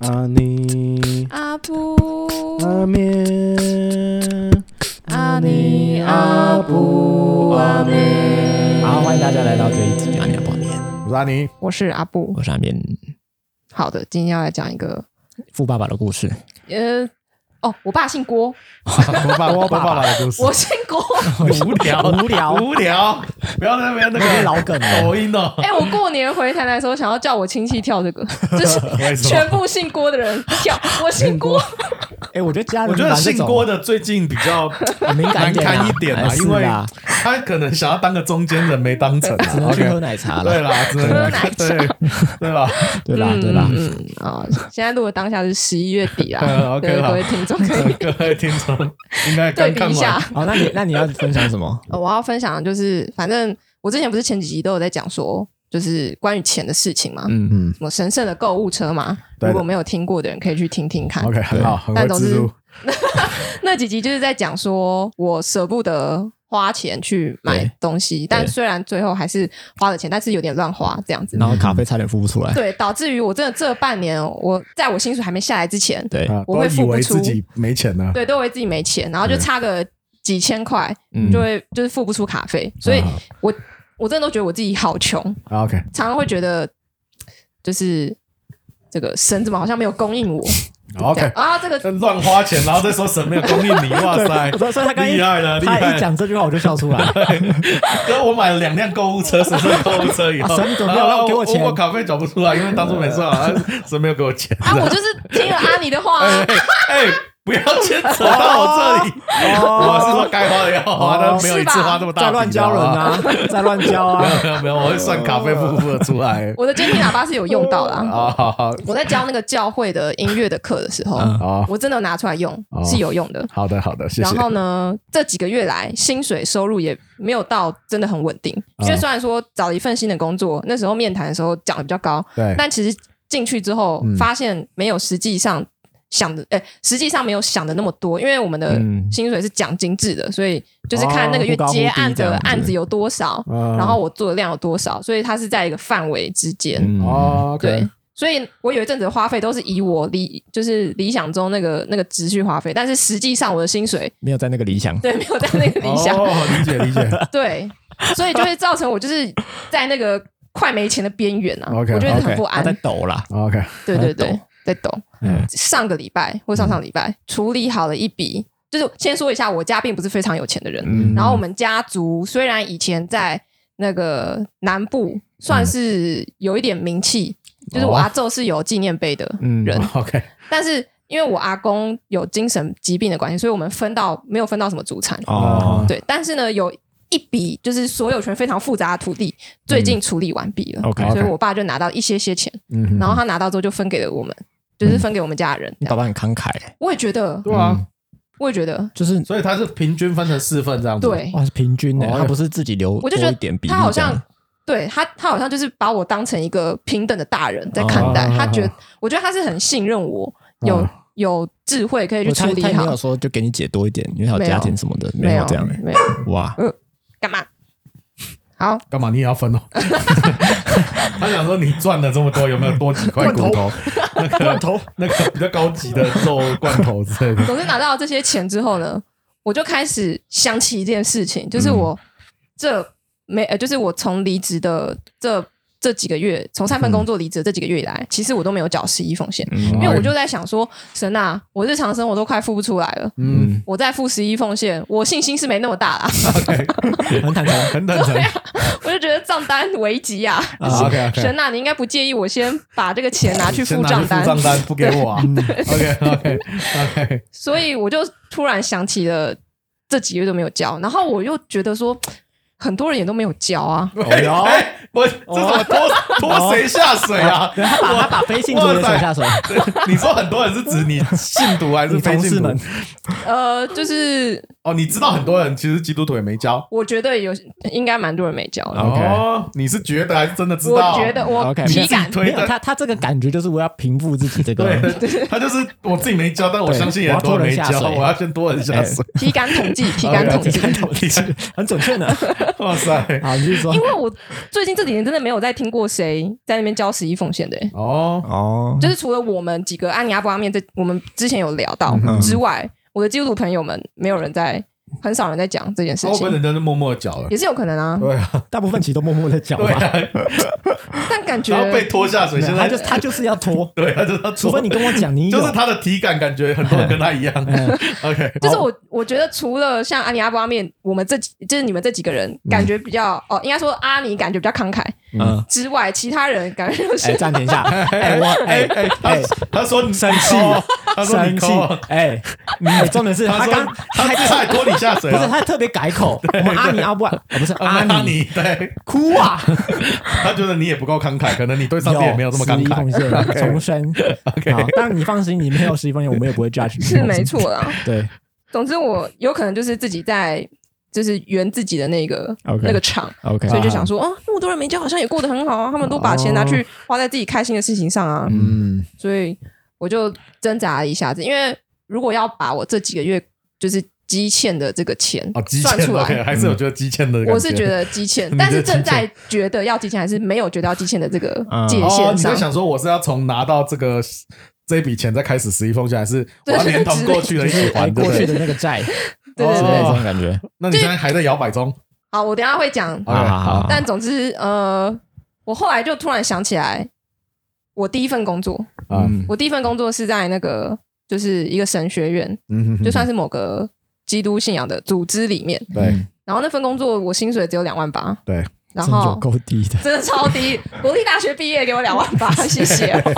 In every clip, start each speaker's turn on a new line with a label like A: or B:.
A: 阿尼
B: 阿布
A: 阿面
B: 阿尼阿布阿妹，
C: 好，欢迎大家来到这一集《阿尼泡面》，
A: 我是阿尼，
B: 我是阿布。
C: 我是阿面
B: 好的，今天要来讲一个，
C: 富爸爸的故事。
B: 呃，哦，我爸姓 郭，
A: 我爸我爸爸的故事
B: 我姓郭，
C: 无聊，无聊，
A: 无聊，不要在那边那
C: 那
A: 个
C: 个老梗了。
A: 抖音哦，
B: 哎、我过年回台南的时候，想要叫我亲戚跳这 个，就是
A: 为什
B: 全
A: 么？
B: 部姓郭的人跳，我姓郭，
C: 哎，我觉得家人
A: 我觉得
C: 玩这
A: 姓
C: 种
A: 郭的最近比较
C: 敏感
A: 难堪一
C: 一
A: 点
C: 啊
A: 啦，
C: 哎
A: 因
C: 是
A: 为
C: 啦
A: 他可能想要当个中间人，没当成啊。
C: 只能去
A: OK
C: 喝奶茶
A: 对
C: 了。
A: 啦，只能
B: 喝奶茶
A: 对对吧？
C: 对啦，对啦，
B: 嗯嗯 啊、现在录的当下是十一月底 啦，
A: 嗯，OK
B: 对
A: 啦
B: 各位听众 可以
A: 各位听众应该
B: 对
A: 刚
B: 比
A: 看
B: 一下
A: 完。。
C: 好，那你那你要分享什么？
B: 呃我要分享的就是，反正我之前不是前几集都有在讲说，就是关于钱的事情嘛，
C: 嗯嗯，
B: 什么神圣的购物车嘛，
A: 对的
B: 如果没有听过的人可以去听听看。
A: OK，很好，很
B: 但
A: 会
B: 总
A: 蜘
B: 之
A: 蛛。
B: 那几集就是在讲说我舍不得花钱去买
C: 对
B: 东西，但虽然最后还是花了钱，但是有点乱花这样子。
C: 然后咖啡差点付不出来。
B: 对，导致于我真的这半年，我在我薪水还没下来之前，
C: 对，
A: 啊，
B: 我
A: 都
B: 会
A: 以
B: 付不
A: 为
B: 出
A: 自己没钱呢。
B: 对，都以为自己没钱，然后就
A: 对
B: 差个几千块，
C: 嗯
B: 就会就是付不出卡费，所以
A: 啊
B: 我我真的都觉得我自己好穷，
A: 啊 OK，
B: 常常会觉得就是这个神怎么好像没有供应我
A: 好
B: 这样
A: OK，
B: 啊，这个
A: 这乱花钱，然后再说神没有供应你，哇 塞，
C: 所以所以他刚一
A: 厉害了，厉
C: 他一
A: 害了！
C: 讲这句话我就笑出来。
A: 哥，我买了两辆购物车，神没有购物车以后，
C: 啊神怎么没有
A: 然后
C: 给我钱
A: 我卡费缴不出来，因为当初没算好，啊神没有给我钱。
B: 啊，我就是听了阿尼的话、
A: 哎
B: 啊，
A: 哎，不要牵扯到我这里， 我是说该花的要花，但没有一次花这么大
C: 哦在
A: 笔的，
C: 乱教人
A: 好
C: 啊，在乱教
A: 不好！没
C: 啊。
A: 有没有没有，我会算卡费付不付得出来。
B: 我的监听喇叭是有用到啦。
A: 啊，好好
B: 我在教那个教会的音乐的课的时候，
C: 嗯
A: 好，
B: 我真的有拿出来用
A: 哦，
B: 是有用的。
A: 好的好的，谢
B: 然
A: 谢。
B: 后呢，这几个月来，薪水收入也没有到真的很稳定，
A: 哦
B: 因为虽然说找了一份新的工作，那时候面谈的时候讲的比较高，
C: 哎
A: 对，
B: 但其实进去之后
A: 嗯
B: 发现没有实际上想的，哎，实际上没有想的那么多，因为我们的
C: 嗯
B: 薪水是奖金制的，所以就是看那
C: 哦
B: 个月
C: 忽高忽低
B: 接案
C: 这
B: 的
C: 样子啊
B: 案子有多少，
A: 嗯
B: 然后我做的量有多少，所以它是在一个范围之间。
C: 嗯，
A: 哦
B: 对
A: OK，，
B: 所以我有一阵子的花费都是以我理就是理想中那个那个值去花费，但是实际上我的薪水
C: 没有在那个理想。
B: 对没有在那个理想，
A: 哦，理解 理解。
B: 对，所以就会造成我就是在那个快没钱的边缘啊
A: OK，
B: 我觉得很
C: OK，
B: 不
C: 他
B: 安。
C: 在抖啦。
A: 哦 OK，
B: 对
C: 在
B: 对对
C: 抖，
B: 在抖。
C: 嗯
B: 上个礼拜或上上礼拜处理好了一笔，就是先说一下，我家并不是非常有钱的人，
C: 嗯
B: 然后我们家族虽然以前在那个南部算是有一点名气，就是我
A: 哦
B: 阿昼是有纪念碑的
C: 嗯
B: 人，
A: OK，
B: 但是因为我阿公有精神疾病的关系，所以我们分到没有分到什么祖产。
C: 哦，
B: 对，但是呢，有一笔就是所有权非常复杂的土地，最
C: 嗯
B: 近处理完毕了，
C: OK，OK
B: 所以我爸就拿到一些些钱，
A: 嗯哼
B: 然后他拿到之后就分给了我们，就是分给我们家的人。
C: 嗯你
B: 这样
C: 爸爸很慷慨，
B: 我也觉得，
A: 对啊，
B: 我也觉得，
C: 就是
A: 所以他是平均分成四份这样子。
B: 对
C: 哇是平均的，欸
A: 哦
C: 他不是自己留
B: 我就
C: 多
B: 觉
C: 一点
B: 得
C: 比例这
B: 他
C: 样，
B: 好像对他，他好像就是把我当成一个平等的大人在看待。
A: 哦
B: 他觉得，我觉得他是很信任我，
C: 哦
B: 有、
A: 嗯
B: 有智慧可以去
C: 我他
B: 处理
C: 他也没
B: 好
C: 有。说就给你姐多一点，因为还有
B: 没有
C: 家庭什么的，
B: 没
C: 有这样欸
B: 没有
C: 哇，
B: 干嘛？好，
A: 干嘛你也要 分哦？他想说你赚了这么多，有没有多几块骨头？那个 罐头，那个比较高级的肉罐头之类的。
B: 总之拿到这些钱之后呢，我就开始想起一件事情，就是
A: 嗯
B: 我这没，呃，就是我从离职的这这几个月，从
A: 嗯
B: 三份工作离职的这几个月以来，其实我都没有缴十一奉献，因
C: 嗯
B: 为我
A: 哎
B: 就在想说，神啊，我日常生活都快付不出来了，
A: 嗯
B: 我再付十一奉献，我信心是没那么大啦，
A: ，OK，
C: 很坦诚，
A: 很坦诚。
B: 我就觉得账单危急啊。
A: 啊 OK，OK，
B: 神啊，你应该不介意我先把这个钱拿去
A: 先
B: 付
A: 拿
B: 账
A: 付
B: 单，
A: 账单不给我啊？OK，OK，OK，
B: 所以我就突然想起了这几个月都没有交，然后我又觉得说，很多人也都没有交 啊。
C: 哎呦
A: 哎， 我这怎么拖拖谁下水啊？
C: 他把他把非信徒也扯下水，
A: 你说很多人是指你信徒还是
C: 你
A: 非
C: 同
A: 信
C: 事
A: 徒
C: 们？
B: 呃，就是
A: 哦，你知道很多人其实基督徒也没教。
B: 我觉得有应该蛮多人没教的。
C: OK
A: 哦，你是觉得还是真的知
B: 我
A: 道？
B: 觉得我
C: OK，
B: 体感
A: 你自己推
C: 没
A: 的
C: 有他，他这个感觉就是我要平复自己这个。
A: 对， 他就是我自己没教，但我相信也很多人没
C: 我要拖人
A: 教，
C: 下水
A: 我要先多人下水。
B: 体感统 计，体感统计。
C: 呃统计很准确呢。
A: 哇塞！
C: 好，你是说
B: 因为我最近这几年真的没有再听过谁在那边教十一奉献的、欸
A: 哦，
C: 哦
B: 就是除了我们几个按尼阿布阿面这我们之前有聊到
C: 嗯
B: 之外，我的基督徒朋友们没有人在，很少人在讲这件事
A: 会哦不会
B: 情，
A: 人家就默默地缴了？
B: 也是有可能啊。
A: 对啊，
C: 大部分其实都默默的讲
A: 对
C: 吧，
A: 啊，
B: 但感觉
A: 然后被拖下水，
C: 没
A: 现
C: 有
A: 在
C: 他就是他就是要 拖，
A: 对啊，就是他
C: 除非你跟我讲你有
A: 就是他的体感感觉很多人跟 他一样。OK，
C: 嗯
B: 就是
A: 好
B: 我，我觉得除了像阿尼阿布阿面，我们这几就是你们这几个人感觉比较、哦，应该说阿尼感觉比较慷慨
C: 嗯，
B: 之外，其他人感觉就是、
C: 哎，暂停一 下，哎，我
A: 哎
C: 哎
A: 哎，他
C: 哎，
A: 他说你
C: 生气
A: 抠啊，他说
C: 生
A: 你
C: 气
A: 抠啊，，
C: 哎，哎，重点是他
A: 他
C: 刚
A: 说他差点拖你下水
C: 不是
A: 了。
C: 他特别改口，我们阿尼阿布 啊，不是
A: 啊
C: 阿尼
A: 尼，对，
C: 哭啊，
A: 他觉得你也不够慷慨，可能你 对上帝也没有这么
C: 十
A: 慷
C: 一奉
A: 慨。
C: 献重生
A: OK
C: 好，但你放心，你没有十一奉献，我们也不会 judge 你，
B: 是没错啦。
C: 对，
B: 总之，我有可能就是自己在就是圆自己的那个
C: OK
B: 那个场。
C: OK，
B: 所以就想说，哦，那么多人没教，好像也过得很好啊。他们都把钱拿去花在自己开心的事情上啊。
C: 嗯，
B: 所以我就挣扎了一下子，因为如果要把我这几个月就是积欠的这个钱
A: 哦，积
B: 算
A: 欠
B: 出来，
A: ，OK，还是有觉得积欠的感觉。
B: 我是觉得积欠
A: 你，
B: 但
A: 觉
B: 是
A: 得
B: 正
A: 积欠
B: 在觉得要积欠，还是没有觉得要积欠的这个
C: 嗯
B: 界
A: 哦，
B: 限
A: 你
B: 上。
A: 在想说我是要从拿到这个这笔钱再开始十一奉献，还是我要连同过去的
C: 就
A: 一起
C: 是哎
A: 还？对
C: 过
A: 不
C: 去
A: 对？
C: 的那个债，
B: 对对对，
A: 哦
C: 种感觉，
A: 那你现在还在摇摆中
B: 好，我等一下会讲。
A: ？OK，
C: 好好好
A: 好，
B: 但总之，呃，我后来就突然想起来，我第一份工作，
A: 啊，
C: 嗯
B: 我第一份工作是在那个就是一个神学院，
A: 嗯
B: 就算是某个基督信仰的组织里面。
A: 对
B: 然后那份工作我薪水只有两万八，
A: 对，
B: 然
C: 真的有
B: 后
C: 够低的，
B: 真的超低，国立大学毕业给我两万八，谢谢 哦、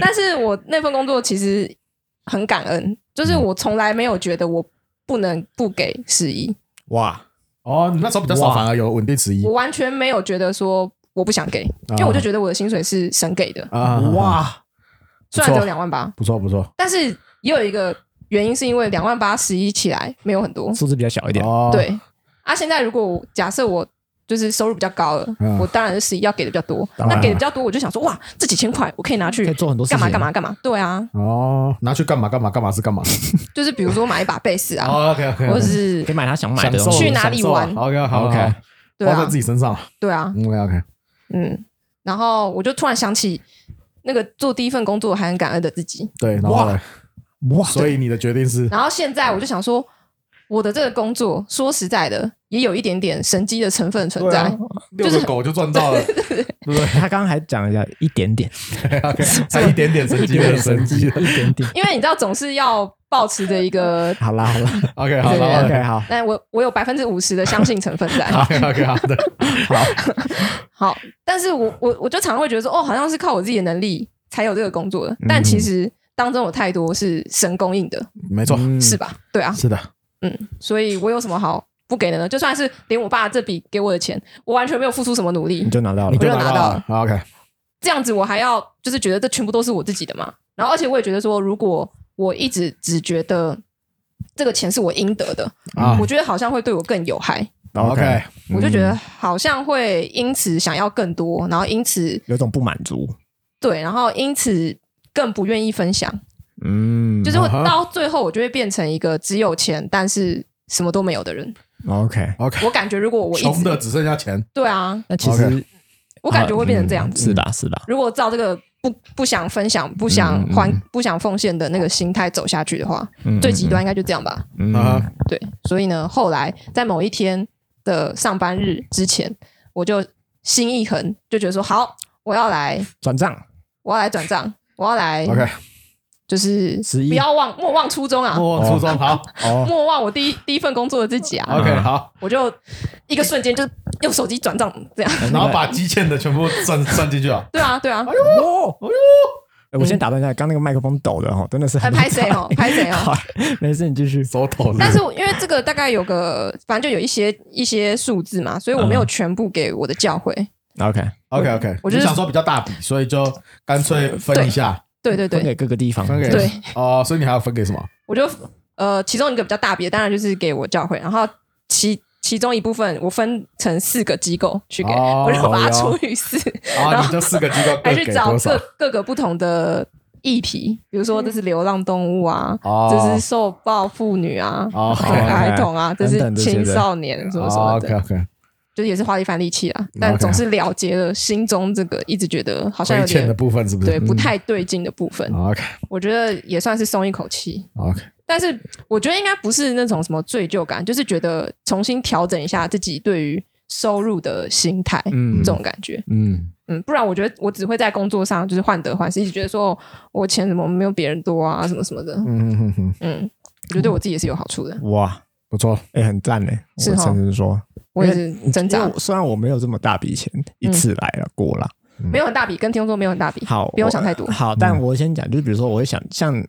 B: 但是我那份工作其实很感恩，就是我从来没有觉得我不能不给十一，
C: 哇，
A: 哦，你那时候比较少，
C: 哇
A: 反而有稳定十一
B: 我完全没有觉得说我不想给，因为我就觉得我的薪水是神给的，
A: 啊，哇，
C: 哇，
B: 虽然只有两万八，
A: 不错不错，
B: 但是也有一个原因是因为两万八十一起来没有很多，
C: 数字比较小一点，
A: 哦，
B: 对。啊，现在如果我假设我就是收入比较高了，
A: 嗯
B: 我当然是十一要给的比较多。
A: 当然
B: 那给的比较多，我就想说，哇，这几千块我可以拿去
C: 可以做很多事
B: 干
C: 情，
B: 嘛干嘛干嘛。对啊，
A: 哦，拿去干嘛干嘛干嘛是干嘛
B: 就是比如说买一把贝斯 啊，
A: ？OK OK，
B: 或者是
C: 可以买他想买
A: 哦享
C: 的
A: 受啊
C: 东西
B: 去哪里玩
A: ？OK 好
C: OK
B: 对
A: 花在
B: 啊
A: 自，己身上
B: 对啊，
A: ，OK OK，
B: 嗯。然后我就突然想起那个做第一份工作还很感恩的自己，
A: 对，然后
C: 哇
A: 嘞
C: 哇，
A: 所以你的决定是
B: 然后现在我就想说，我的这个工作说实在的，也有一点点神机的成分存
A: 对
B: 在。
A: 啊遛个狗就赚到 了，对不对？
C: 他刚刚还讲了一下一点 点，
A: OK，还一点点神
C: 一
A: 机，
C: 点
A: 很
C: 点
A: 神
C: 神机，
A: 机
C: 一。点点，
B: 因为你知道，总是要保持着一个，
C: 好啦好啦
A: OK，好
B: 对
A: 了
C: ，OK，好，
B: 但我我有百分之五十的相信成分在。
A: ，OK，OK，好的，
B: 好，但是我我我就常会觉得说，哦，好像是靠我自己的能力才有这个工作的，但
A: 嗯
B: 其实当中有太多是神供应的，
A: 没错，
C: 嗯
B: 是吧？对啊，
A: 是的，
B: 嗯，所以我有什么好不给的呢？就算是连我爸这笔给我的钱，我完全没有付出什么努力
C: 你，就拿到了
A: 你，就
B: 我就拿
A: 到
B: 到
A: 了。好 OK，
B: 这样子我还要就是觉得这全部都是我自己的嘛。然后而且我也觉得说，如果我一直只觉得这个钱是我应得的，
A: 啊
B: 我觉得好像会对我更有害。
A: OK，
C: 嗯
B: 我就觉得好像会因此想要更多，然后因此
C: 有种不满足，
B: 对，然后因此更不愿意分享，
C: 嗯，
B: 就是会
A: 啊哈
B: 到最后我就会变成一个只有钱但是什么都没有的人。
C: OK，
A: OK，
B: 我感觉如果我一
A: 穷的
B: 直
A: 只剩下钱，
B: 对啊，
C: 那其实
A: OK
B: 我感觉会变成这样
C: 嗯
B: 子。
C: 是的，是的，
B: 如果照这个不不想分享、不想
C: 嗯嗯
B: 还
C: 嗯、
B: 不想奉献的那个心态走下去的话，
C: 嗯
B: 最极端，应该就这样吧。
C: 嗯
A: 啊
C: 嗯
B: 对，所以呢，后来在某一天的上班日之前，我就心一横，就觉得说好，我要来，
C: 转账
B: 我要来转账，我要来
A: OK，
B: 就是
C: 11
B: 不要忘莫忘初衷啊，
A: 莫忘初衷，好哦
C: 哦，
B: 莫忘我第一第一份工作的自己
C: 哎
B: 啊。
A: ，OK，好，
B: 我就一个瞬间就用手机转账，这样
A: 然后把积欠的全部算算进去啊。
B: 对啊对啊，
C: 哦，哎呦。我先打断一下，刚那个麦克风抖的哦，真的是
B: 哎
C: 很
B: 拍谁哦拍谁哦
C: 好， 没事，你继续。
A: 手抖了，
B: 但是我因为这个大概有个，反正就有一些一些数字嘛，所以我没
A: 嗯
B: 有全部给我的教会。
C: OK，
A: OK OK，
B: 我
A: 就
B: 就是
A: 想说比较大笔，所以就干脆分一下，
B: 对对
C: 分
B: 对，
C: 给各个地方。
A: 分给
B: 对
A: 哦，所以你还要分给什么？
B: 我就呃，其中一个比较大笔的，当然就是给我教会，然后其其中一部分我分成四个机构去给，
A: 哦
B: 我就把它
C: 好
B: 除
C: 哟
B: 以四， 然
A: 啊，
B: 后
A: 你这四个机构各
B: 还去
A: 给
B: 找
A: 多少嗯
B: 各？各个不同的议题，比如说这是流浪动物啊，
A: 哦
B: 这是受暴妇女啊，
A: 哦
B: 这
A: 好
B: 个
C: ，OK
B: 儿童啊，这是
C: 等等这些
B: 青
C: 的
B: 少年什么什么的，
A: 哦 OK OK，
B: 就是也是花了一番力气啦，但
A: OK
B: 总是了结了心中这个一直觉得好像
A: 亏
B: 有
A: 欠
B: 点
A: 的部分是不是？嗯
B: 对
A: 哦
B: 不太对劲的部分，
A: OK
B: 我觉得也算是松一口气。
A: OK，
B: 但是我觉得应该不是那种什么罪疚感，就是觉得重新调整一下自己对于收入的心态，
C: 嗯
B: 这种感觉。
A: 嗯，
B: 嗯，不然我觉得我只会在工作上就是患得患失，一直觉得说、哦我钱怎么没有别人多啊，什么什么的。
A: 嗯哼哼哼，
B: 嗯，我觉得对我自己也是有好处的。
C: 哇，
A: 不错，
C: 哎、很赞哎，
B: 是
C: 我
B: 哦
C: 甚至说，
B: 我也是
A: 哎
B: 挣
C: 因
B: 扎
C: 为，我虽然我没有这么大笔钱一
B: 嗯
C: 次来了、过了，
B: 没有很大笔，跟听众说没有很大笔，
C: 好，
B: 不用
C: 我
B: 想太多。
C: 好，但我先讲，就比如说，我会想，像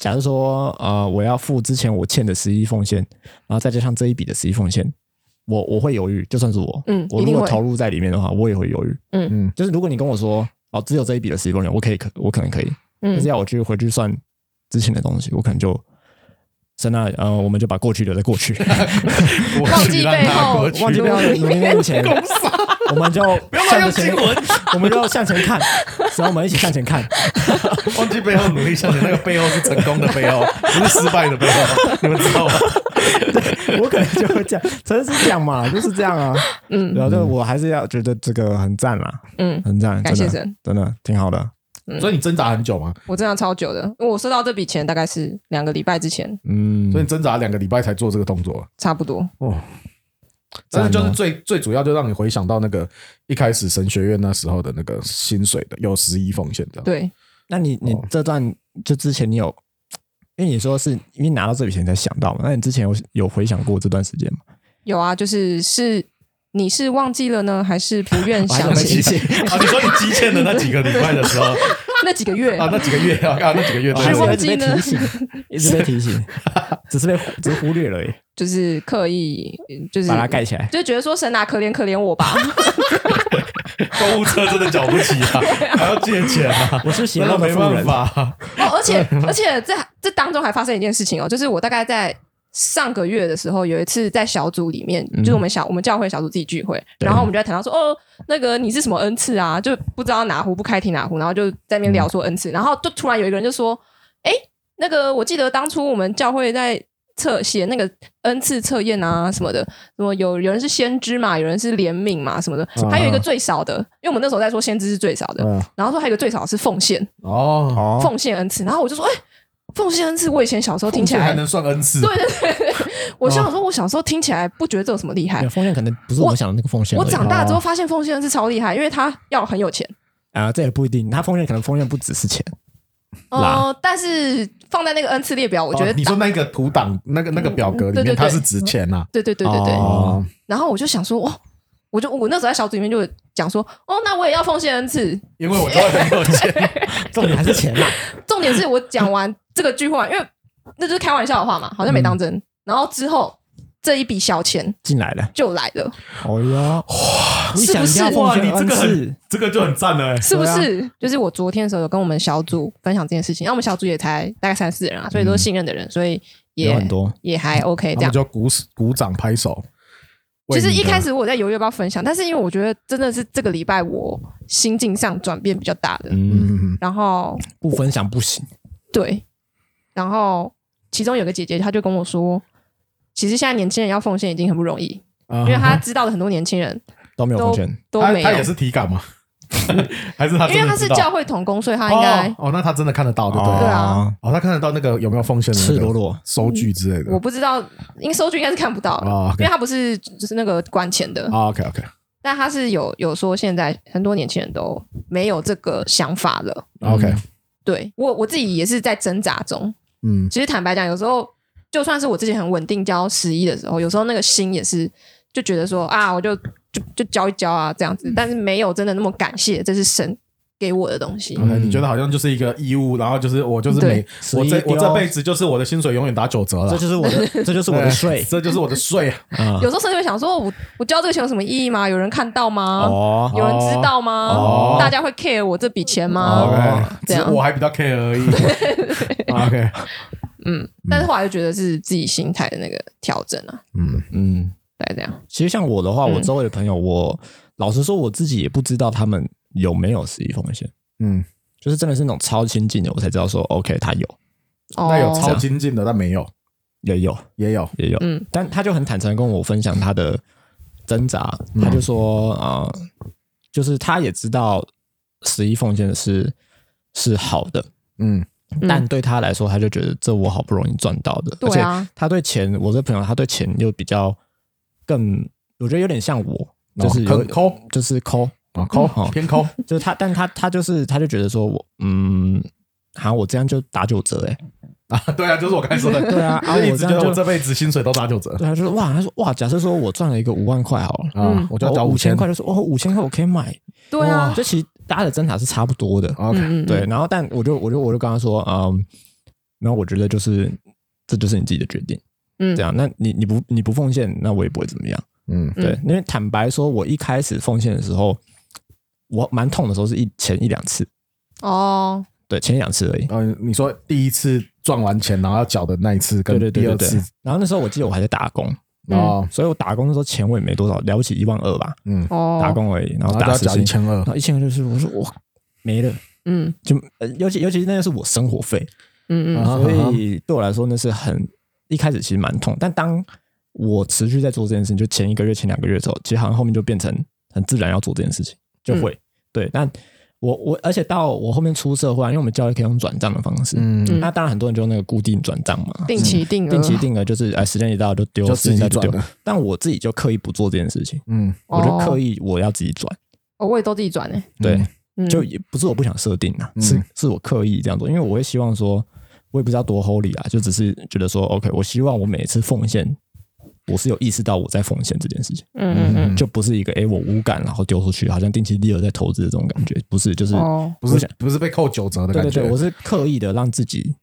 C: 假如说，呃，我要付之前我欠的十一奉献，然后再加上这一笔的十一奉献，我我会犹豫，就算是我，
B: 嗯
C: 我如
B: 一定
C: 果
B: 会
C: 投入在里面的话，我也会犹豫，
B: 嗯
A: 嗯，
C: 就是如果你跟我说，哦，只有这一笔的十一奉献，我可以可我可能可以，但
B: 嗯
C: 是要我去回去算之前的东西，我可能就。在那，呃，我们就把过去留在过去，
A: 我
B: 忘
A: 去
B: 记
A: 让
B: 背
A: 他
B: 后
A: 过去
C: 忘记不要努力面前，我们就
A: 不要乱
C: 向
A: 用
C: 着
A: 新
C: 前，
A: 闻，
C: 我们就向前看，然后我们一起向前看，
A: 忘记背后努力向前，那个背后是成功的背后， 不是失败的背后，你们知道吗？
C: 我可能就会这样，真的是这样嘛，就是这样啊。
B: 嗯
C: 然后就我还是要觉得这个很赞啦，
B: 嗯，
C: 很赞，
B: 感谢
C: 真的
B: 神，
C: 真的挺好的。
B: 嗯
A: 所以你挣扎很久吗？
B: 我挣扎超久的，因为我收到这笔钱大概是两个礼拜之前，
C: 嗯
A: 所以你挣扎两个礼拜才做这个动作，
B: 差不多。
A: 哦。但是就是
C: 赞哦
A: 最最主要，就让你回想到那个一开始神学院那时候的那个薪水的有十一奉献这样。
B: 对，
C: 那你你这段就之前你有，因为你说是因为拿到这笔钱才想到嘛，那你之前有有回想过这段时间吗？
B: 有啊，就是是你是忘记了呢，还是不 愿想起？
A: 欠啊！你说你积欠的那几个礼拜的时候啊，
B: 那几个月
A: 那几个月啊，啊那几个月，
B: 是
A: 对
B: 忘
C: 一直被
B: 记呢
C: 提醒， 一直被提醒，只是被忽只是忽略了而已，
B: 就是刻意就是
C: 把它盖起来。
B: 就觉得说神啊，可怜可怜我吧。
A: 购物车真的缴不起啊， 还要借钱啊，
C: 我是邪
A: 那
C: 恶的
A: 没
C: 妇
A: 办
C: 人，
A: 法。
B: 哦，而且而且这这当中还发生一件事情哦，就是我大概在上个月的时候，有一次在小组里面，就是我们小我们教会小组自己聚会，然后我们就在谈到说，哦，那个你是什么恩赐啊？就不知道哪壶不开提哪壶，然后就在那边聊说恩赐，然后就突然有一个人就说，哎，那个我记得当初我们教会在。测写那个恩赐测验啊什么的，什么有有人是先知嘛，有人是怜悯嘛什么的，还有一个最少的，因为我们那时候在说先知是最少的，
A: 嗯，
B: 然后说还有一个最少是奉献，
A: 哦，
C: 哦，
B: 奉献恩赐，然后我就说，哎、奉献恩赐，我以前小时候听起
A: 还
B: 来，
A: 能嗯算恩赐，
B: 对对对，对我想说，我小时候听起来不觉得这有什么厉害
C: 没有，奉献可能不是我们想的那个奉献而
B: 我
C: 已。
B: 长大之
A: 哦
B: 后发现奉献恩赐超厉害，因为他要很有钱，
C: 啊，这也不一定，他奉献可能奉献不只是钱，
B: 哦、但是放在那个恩赐列表，我觉得、嗯
A: 哦你说那个图档那个那个表格里
B: 对对对
A: 面，它是值钱啊。
B: 对对对对对，
A: 哦，
B: 然后我就想说，哦，我就我那时候在小组里面就讲说，哦，那我也要奉献恩赐，
A: 因为我都很有钱，
C: 重点还是钱啦。
B: 重点是我讲完这个句话，因为那就是开玩笑的话嘛，好像没
A: 嗯
B: 当真，然后之后这一笔小钱
C: 进来了，
B: 就来了，
C: 哦
A: 哎
C: 哟，哇，你
B: 是
C: 想一
B: 不
C: 定要
B: 是
C: 奉
A: 哇，你
C: 献
A: 这
C: 恩
A: 个
C: 赐
A: 很，这个就很赞了欸。
B: 是不
C: 对啊
B: 是？就是我昨天的时候有跟我们小组分享这件事情，那我们小组也才大概三四人啊，所以都
A: 嗯
B: 是信任的人，所以也
C: 有很多
B: 也还 OK 这
A: 他们
B: 样。
A: 就鼓鼓掌拍手。
B: 其实
A: 为你
B: 一
A: 的
B: 开始我在犹豫要不要分享，但是因为我觉得真的是这个礼拜我心境上转变比较大的，
C: 嗯，
A: 嗯，
B: 然后
C: 不分享不行。
B: 对，然后其中有个姐姐她就跟我说，其实现在年轻人要奉献已经很不容易，
A: 因
B: 因为她知道了很多年轻人
C: 都没有
B: 都
C: 奉献，
B: 都
A: 啊他
B: 没
A: 他
B: 有
A: 也，是体感嘛， 还是他
B: 因为
A: 真的
B: 她
A: 知
B: 是
A: 道
B: 教会童工，所以她应该
A: 哦哦，那他真的看得到，对不对
B: 对
A: 了？
B: 啊
A: 哦，他看得到那个有没有奉献的那个
C: 赤裸裸
A: 收据之类
B: 我
A: 的。
B: 不知道，因为收据应该是看不到的，
A: 哦
B: 因
A: ，OK
B: 为他不是就是那个管钱的，
A: 啊，OK OK
B: 但他是有有说现在很多年轻人都没有这个想法了。
A: OK，
B: 对我我自己也是在挣扎中。
A: 嗯
B: 其实坦白讲，有时候就算是我自己很稳定交十一的时候，有时候那个心也是就觉得说啊，我就就就交一交啊这
A: 嗯
B: 样子，但是没有真的那么感谢，这是神给我的东西。
A: ，OK，你觉得好像就是一个义务，然后就是我就是每
C: 对
A: 我
C: 嗯十一
A: 这
C: 丢
A: 我这辈子就是我的薪水永远打九折了
C: 这，就是我 的，这就是我的
A: 对
C: 税
A: 这就是我的税啊。
C: 啊。
B: 有时候甚至会想说，我我交这个钱有什么意义吗？有人看到吗？
C: 哦
B: 有人知道吗？
A: 哦
B: 大家会 care 我这笔钱吗？
C: 哦
A: OK，
B: 这样
A: 只我还比较 care 啊而已。OK，
B: 嗯，但是后来就觉得是自己心态的那个调整啊，
A: 嗯，
C: 嗯，
B: 大概这样。
C: 其实像我的话，
B: 嗯
C: 我周围的朋友，我老实说，我自己也不知道他们有没有十一风险，
A: 嗯，
C: 就是真的是那种超亲近的，我才知道说 OK，他有，
A: 那有
B: 哦
A: 超精进的，但没有，
C: 也有，
A: 也有，
C: 也有，
B: 嗯
C: 但他就很坦诚地跟我分享他的挣扎，他就说啊、呃就是他也知道十一奉献的是是好的，
A: 嗯
B: 嗯
C: 但对他来说，他就觉得这我好不容易赚到的，
B: 对啊
C: 而且他对钱，我这朋友他对钱又比较更，我觉得有点像我，就是有、
A: 很哦抠
C: 就是抠，
A: 啊，抠
C: 嗯
A: 偏抠，
C: 就是他，但他他就是他就觉得说我嗯。好、像我这样就打九折哎、
A: 啊， 对啊，就是我刚才说的，
C: 对啊，啊
A: 我一
C: 我
A: 直
C: 这
A: 觉得
C: 样
A: 我
C: 就
A: 这辈子薪水都打九折
C: 对啊，就是哇，他说哇，假设说我赚了一个五万块好了，
A: 啊
B: 嗯，
A: 我就要交
C: 五
A: 五
C: 千块，就说哦，五千块我可以买。
B: 对
C: 哇
B: 啊，
C: 这其实大家的挣扎是差不多的。
A: 啊，OK，
B: 嗯嗯，
C: 对，然后但我就我就我就跟他说，嗯，然后我觉得就是这就是你自己的决定，
B: 嗯
C: 这样，那你你不你不奉献，那我也不会怎么样。
A: 嗯
C: 对，
B: 嗯
C: 因为坦白说，我一开始奉献的时候，我蛮痛的时候是一前一两次，
B: 哦，
C: 对，前一两次而已。
A: 呃，你说第一次赚完钱然后要缴的那一次
C: 对
A: 跟
C: 对对
A: 第
C: 对
A: 二
C: 对
A: 次，。
C: 然后那时候我记得我还在打工，
B: 嗯
A: 哦，
C: 所以我打工的时候钱我也没多少，了不起一万二吧，
A: 嗯，
B: 哦，
C: 打，工而已。然
A: 然
C: 后
A: 后就
C: 打
A: 要
C: 时
A: 缴
C: 薪
A: 一，千二
C: 然，后一千就是我说哇没了，
B: 嗯
C: 就、呃、尤其尤其那个是我生活费，
B: 嗯嗯
A: 啊
C: 所以对我来说那是很一开始其实蛮痛，但当我持续在做这件事情，就前一个月、前两个月之后，其实好像后面就变成很自然要做这件事情，就
A: 嗯
C: 会、对。但我我而且到我后面出社会、啊，因为我们教育可以用转账的方式，
A: 嗯，
B: 嗯
C: 那当然很多人就用那个固定转账嘛，
B: 定期定额，
C: 定期定额就是哎时间一到就丢，
A: 就
C: 时
A: 自
C: 间一到
A: 己
C: 就
A: 赚
C: 丢
A: 的。，
C: 但我自己就刻意不做这件事情，
A: 嗯，
B: 哦，
C: 我就刻意我要自己转，
B: 哦，我也都自己转呢，
C: 对。
B: 嗯
C: 就也不是我不想设定啊，
A: 嗯
C: 是是我刻意这样做，因为我会希望说，我也不知道多 holy 啊，就只是觉得说，OK，我希望我每次奉献，我是有意识到我在奉献这件事情，
B: 嗯嗯
C: 就不是一个诶我无感然后丢出去，好像定期定额在投资的这种感觉，不是，就是、
B: 嗯，哦，
A: 不是不是被扣九折的
C: 对
A: 感
C: 对
A: 觉，
C: 对，我是刻意的让自己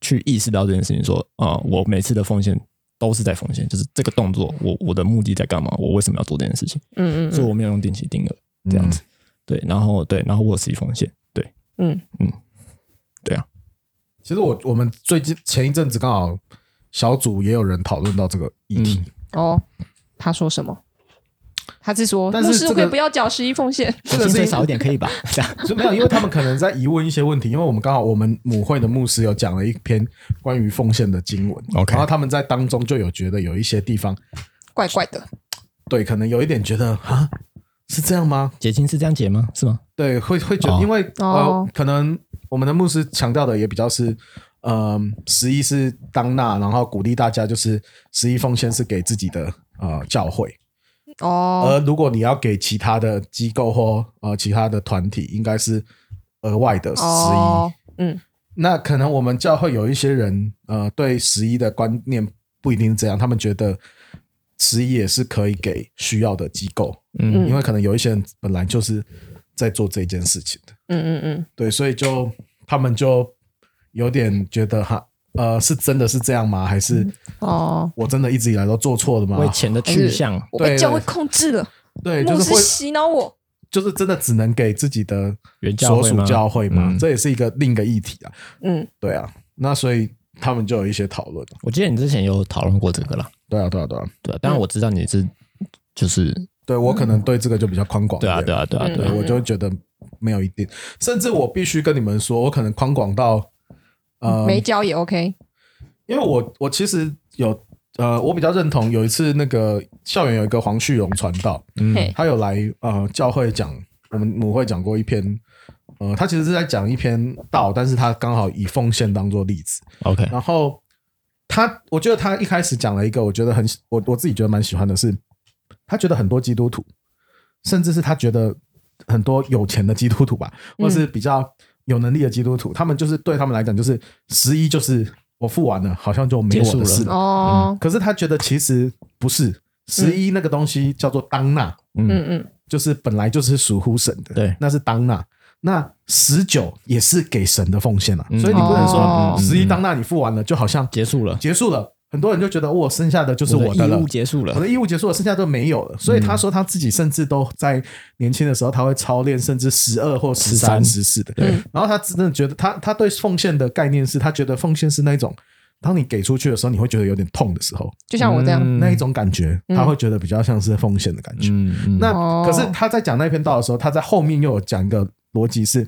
C: 去意识到这件事情，说，啊、我每次的奉献都是在奉献，就是这个动作，我我的目的在干嘛，我为什么要做这件事情，
B: 嗯嗯
C: 所以
B: 嗯
C: 我没有用定期定额。这样子。对，然后对，然后我有自己风险，对，
B: 嗯
C: 嗯，对啊，
A: 其实我我们最近前一阵子刚好小组也有人讨论到这个议题，
C: 嗯
B: 哦，他说什么？他是说，
A: 但是
B: 牧师
A: 这个
B: 可以不要缴十一奉献，
A: 这个
C: 薪
A: 是
C: 水
A: 一
C: 少一点可以 吧？这样，
A: 就没有，因为他们可能在疑问一些问题，因为我们刚好我们母会的牧师有讲了一篇关于奉献的经文
C: OK
A: 然后他们在当中就有觉得有一些地方，
B: 怪怪的。
A: 对，可能有一点觉得啊是这样吗？
C: 结清是这样结吗？是吗？
A: 对，会会觉得，
C: 哦
A: 因为、
B: 哦
A: 呃，可能我们的牧师强调的也比较是，呃，十一是当纳，然后鼓励大家就是十一奉献是给自己的呃教会，
B: 哦，
A: 而如果你要给其他的机构或呃其他的团体，应该是额外的十一。
B: 哦，嗯，
A: 那可能我们教会有一些人，呃，对十一的观念不一定是这样，他们觉得十一也是可以给需要的机构，
B: 嗯
A: 因为可能有一些人本来就是在做这件事情的，
B: 嗯嗯嗯，
A: 对，所以就他们就有点觉得哈，呃，是真的是这样吗？还是
B: 哦，
A: 我真的一直以来都做错了吗
C: 为？钱的去向，
B: 我被
A: 对
B: 教会控制了，
A: 对，就
B: 牧
A: 是
B: 师
A: 会
B: 洗脑我。
A: 就是真的只能给自己的
C: 原教
A: 所
C: 会
A: 属
C: 吗
A: 教会嘛，
C: 嗯
A: 这也是一个另一个议题啊。
B: 嗯，
A: 对啊，那所以他们就有一些讨论。啊
C: 我记得你之前有讨论过这个啦，
A: 对啊，对啊，对啊，
C: 对啊，当然我知道你是就是
A: 对我可能对这个就比较宽广一
C: 对啊，
A: 点。
C: 对啊，对啊，对
A: 对
C: 啊，
A: 我就会觉得没有一定，甚至我必须跟你们说，我可能宽广到呃，
B: 没教也 OK。
A: 因为我我其实有呃，我比较认同有一次那个校园有一个黄旭荣传道，
C: 嗯
B: 嘿，
A: 他有来呃教会讲，我们母会讲过一篇。呃，他其实是在讲一篇道，但是他刚好以奉献当做例子，
C: ，OK，
A: 然后他，我觉得他一开始讲了一个，我觉得很喜我我自己觉得蛮喜欢的是，他觉得很多基督徒，甚至是他觉得很多有钱的基督徒吧，或是比较有能力的基督徒，他们就是对他们来讲，就是十一就是我付完了，好像就没
C: 结
A: 我
C: 束
A: 的
C: 了
A: 事了。
B: 哦，
A: 可是他觉得其实不是，十一那个东西叫做当纳，
B: 嗯嗯，
A: 就是本来就是属乎神的，
C: 对
A: 那是当纳。那十九也是给神的奉献了、啊
C: 嗯
A: 所以你不能
B: 哦
A: 说十一当纳你付完了，就好像
C: 结束了，
A: 结束了，很多人就觉得我剩下的就是
C: 我
A: 我的
C: 的义
A: 了
C: 务，结束了
A: 我，的义务结束了，剩下都没有了。所以他说他自己甚至都在年轻的时候，他会操练，甚至十二或十三、
C: 13
A: 十四的。对，然后他真的觉得他他对奉献的概念是，他觉得奉献是那种当你给出去的时候，你会觉得有点痛的时候，
B: 就像我这样，
C: 嗯
A: 那一种感觉，
B: 嗯
A: 他会觉得比较像是风险的感觉。
C: 嗯嗯
A: 那
B: 哦
A: 可是他在讲那篇道的时候，他在后面又有讲一个逻辑是：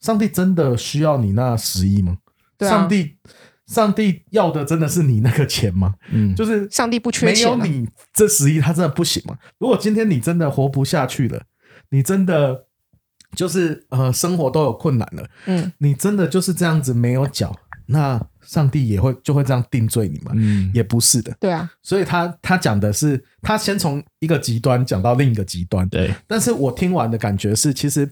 A: 上帝真的需要你那十亿吗？
B: 对啊
A: 上帝，上帝要的真的是你那个钱吗？
C: 嗯
A: 就是
B: 上帝不缺
A: 没
B: 钱、
A: 有
B: 啊，
A: 你这十亿，他真的不行吗？如果今天你真的活不下去了，你真的就是呃生活都有困难了，
B: 嗯，
A: 你真的就是这样子没有缴，那上帝也会就会这样定罪你吗？
C: 嗯
A: 也不是的，
B: 对啊，
A: 所以他他讲的是，他先从一个极端讲到另一个极端，
C: 对，
A: 但是我听完的感觉是，其实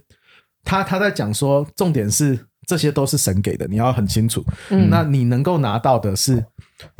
A: 他他在讲说，重点是这些都是神给的，你要很清楚。
B: 嗯
A: 那你能够拿到的是，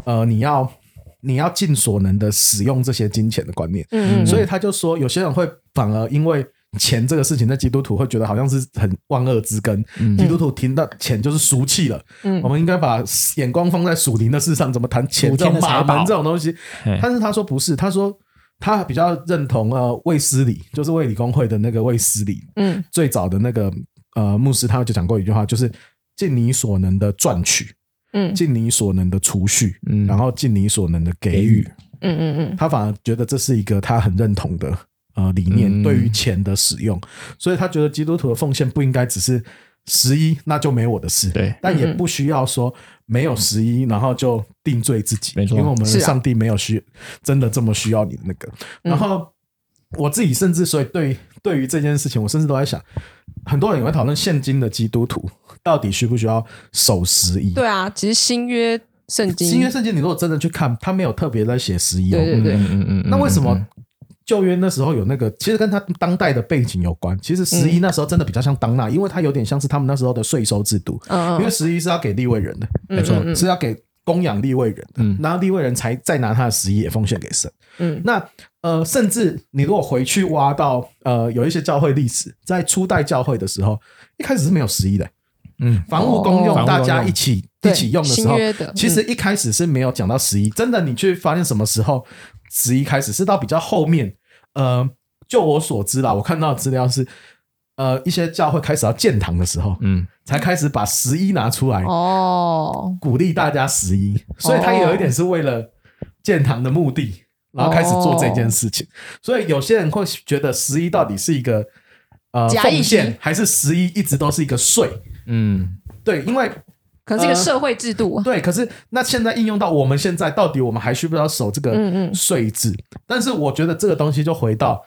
A: 呃，你要你要尽所能的使用这些金钱的观念。
B: 嗯嗯，
A: 所以他就说，有些人会反而因为钱这个事情，在基督徒会觉得好像是很万恶之根。基督徒听到钱就是俗气了，
B: 嗯
A: 我们应该把眼光放在属灵的事上，怎么谈钱
C: 属
A: 这
C: 天
A: 种
C: 的
A: 马
C: 财宝
A: 门这种东西
C: 嘿。
A: 但是他说不是，他说他比较认同呃卫斯理，就是卫理公会的那个卫斯理，
B: 嗯
A: 最早的那个呃牧师，他就讲过一句话，就是尽你所能的赚取，
B: 嗯
A: 尽你所能的储蓄，
C: 嗯
A: 然后尽你所能的给
C: 给
A: 予
C: 予。
B: 嗯嗯嗯，
A: 他反而觉得这是一个他很认同的呃理念，
C: 嗯
A: 对于钱的使用，所以他觉得基督徒的奉献不应该只是十一，那就没我的事。
C: 对
A: 但
B: 嗯
A: 也不需要说没有十一，然后就定罪自己，
C: 没错
A: 因为我们
B: 是啊嗯
A: 上帝没有需、真的这么需要你的那个。然后我自己甚至所以对对于这件事情，我甚至都在想，很多人也会讨论现今的基督徒到底需不需要守十一。
B: 对啊，其实新约圣经，
A: 新约圣经，你如果真的去看，他没有特别在写十一哦，
B: 对对对，
C: 嗯嗯嗯
A: 那为什么旧约那时候有那个？其实跟他当代的背景有关。其实十一那时候真的比较像当纳，因为它有点像是他们那时候的税收制度，
B: 嗯
A: 因为
B: 嗯
A: 十一是要给立位人的，
B: 没错嗯嗯
A: 是要给供养立位人的，
C: 嗯
A: 然后立位人才再拿他的十一也奉献给神。
B: 嗯
A: 那呃，甚至你如果回去挖到呃，有一些教会历史，在初代教会的时候，一开始是没有十一的、
C: 嗯
A: 房屋公用，
C: 哦
A: 大家一起一
B: 对
A: 起用的时候
B: 新约的，嗯
A: 其实一开始是没有讲到十一。真的，你去发现什么时候十一开始是到比较后面。呃，就我所知啦，我看到的资料是，呃，一些教会开始要建堂的时候，
C: 嗯
A: 才开始把十一拿出来，
B: 哦，
A: 鼓励大家十一。所以他有一点是为了建堂的目的，然后开始做这件事
B: 哦
A: 情。所以有些人会觉得十一到底是一个呃
B: 假议
A: 奉
B: 题
A: 献，还是十一一直都是一个税？
C: 嗯
A: 对，因为
B: 可能是一个
A: 呃
B: 社会制度啊，
A: 对，可是那现在应用到我们现在，到底我们还需不需要守这
B: 嗯
A: 个
B: 嗯
A: 税制？但是我觉得这个东西就回到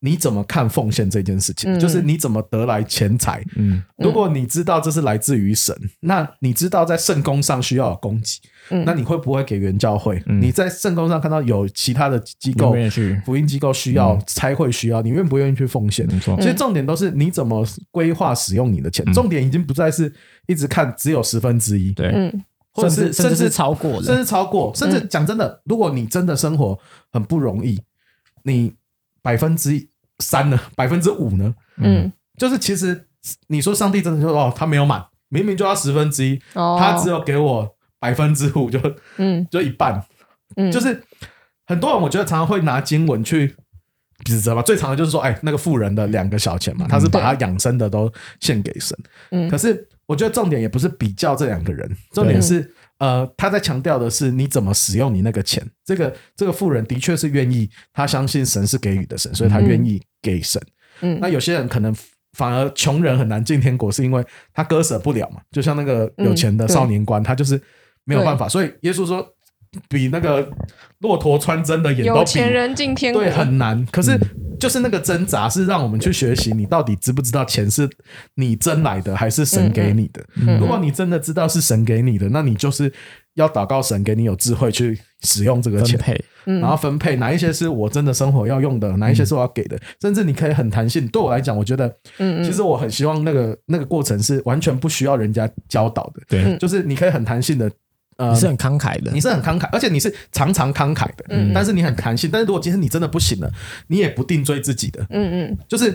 A: 你怎么看奉献这件事情，
B: 嗯
A: 就是你怎么得来钱财。
C: 嗯
A: 如果你知道这是来自于神，那你知道在圣功上需要有供给，
B: 嗯
A: 那你会不会给原教会？
C: 嗯
A: 你在圣功上看到有其他的机
C: 你
A: 构
C: 愿意去
A: 福音机构需要、差会需要，你愿不愿意去奉献？
C: 嗯没错
B: 嗯
C: 嗯
A: 其实重点都是你怎么规划使用你的钱，重点已经不再是一直看只有十分之一，
C: 对，
B: 嗯
A: 或者是
C: 甚至
A: 至
C: 是超过的，
A: 甚
C: 嗯
A: 至超过，甚至讲真的，如果你真的生活很不容易，你百分之三呢，百分之五呢，
B: 嗯
A: 就是其实你说上帝真的说哦，他没有满，明明就要十分之一，
B: 哦，
A: 他只有给我百分之五，就
B: 嗯
A: 就一半，
B: 嗯
A: 就是很多人我觉得常常会拿经文去指责吧，最常的就是说，哎，那个富人的两个小钱嘛，他是把他养生的都献给神。
B: 嗯
A: 可是我觉得重点也不是比较这两个人，重点是呃，他在强调的是你怎么使用你那个钱。这个这个富人的确是愿意，他相信神是给予的神，所以他愿意给神。
B: 嗯
A: 那有些人可能。反而穷人很难进天国，是因为他割舍不了嘛。就像那个有钱
B: 嗯
A: 的
B: 对
A: 少年官，他就是没有办法。所以耶稣说，比那个骆驼穿针的眼都
B: 有
A: 比
B: 钱人进天国，
A: 对很
C: 嗯
A: 难。可是就是那个挣扎，是让我们去学习，你到底知不知道钱是你争来的，还是神给你的？
B: 嗯
A: 如果你真的知道是神给你的，那你就是要祷告神给你有智慧去使用这个
C: 分
A: 钱。
C: 配，
B: 嗯
A: 然后分配哪一些是我真的生活要用的，哪一些是我要给
C: 嗯
A: 的，甚至你可以很弹性。对我来讲，我觉得，
B: 嗯嗯
A: 其实我很希望那个那个过程是完全不需要人家教导的，
C: 对，
A: 就是你可以很弹性的，呃
C: 你，是很慷慨的
A: 嗯你，是很慷慨，而且你是常常慷慨的，
B: 嗯
A: 但是你很弹性。但是如果今天你真的不行了，你也不定罪自己的，
B: 嗯嗯
A: 就是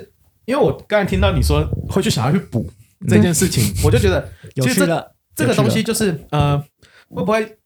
A: 因为我刚才听到你说会去想要去补这件事情，我就觉得
C: 有
A: 其实
C: 趣
A: 这
C: 的
B: 啊
A: 这个东西就是呃，会不会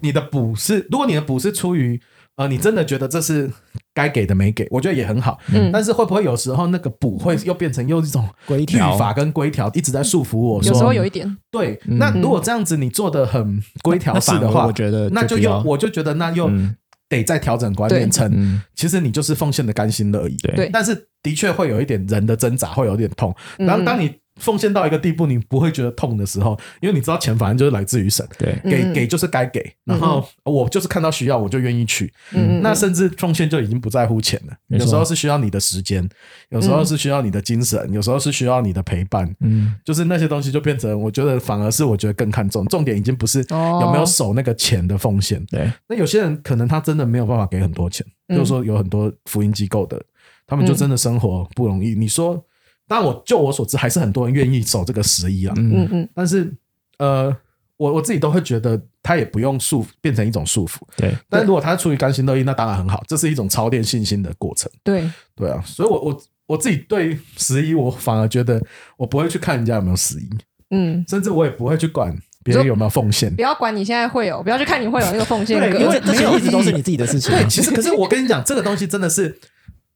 A: 你的补是，如果你的补是出于呃，你真的觉得这是该给的没给，我觉得也很好。
B: 嗯
A: 但是会不会有时候那个补会又变成又一种
C: 规
A: 律
C: 条
A: 法跟规条一直在束缚我？
B: 有时候
A: 说
B: 有一嗯点，
A: 对，那如果这样子你做的很规条式的
C: 那反而
A: 话，
C: 我觉得
A: 那就
C: 就不
A: 又
C: 要
A: 我就觉得那又
C: 嗯
A: 得再调整观念
B: 对
A: 成，
C: 嗯，
A: 其实你就是奉献的甘心乐而已。
C: 对
B: 对
A: 但是的确会有一点人的挣扎，会有点痛。
B: 嗯
A: 然后当你奉献到一个地步，你不会觉得痛的时候，因为你知道钱反正就是来自于神，
C: 对，
A: 给
B: 嗯
A: 给就是该给，然后我就是看到需要我就愿意去。
B: 嗯嗯
A: 那甚至奉献就已经不在乎钱了，
C: 没
A: 有
C: 错
A: 时候是需要你的时间，有时
B: 嗯
A: 候是需要你的精神，有时候是需要你的陪伴。
C: 嗯，
A: 就是那些东西就变成，我觉得反而是我觉得更看重，重点已经不是
B: 哦
A: 有没有守那个钱的奉献。
C: 对，
A: 那有些人可能他真的没有办法给很多钱，
B: 嗯
A: 就是说有很多福音机构的，他们就真的生活不容易。你说，但我就我所知，还是很多人愿意守这个十一啊。
B: 嗯
C: 嗯，
B: 嗯
A: 但是，呃，我我自己都会觉得他也不用束缚变成一种束缚。
C: 对，
A: 但如果他出于甘心乐意，那当然很好，这是一种操练信心的过程。
B: 对，
A: 对啊，所以我我我自己对十一，我反而觉得我不会去看人家有没有十一，
B: 嗯，
A: 甚至我也不会去管别人有没有奉献
B: 不。要管你现在会有，不要去看你会有那个奉献
A: 对
B: 格，
A: 因
C: 因
A: 为
C: 为
A: 这
C: 这
A: 些
C: 些
A: 一
C: 一
A: 直
C: 直都
A: 都是
C: 是
A: 你
C: 你自己的事情，
A: 对，其实可是我跟你讲，这个东西真的是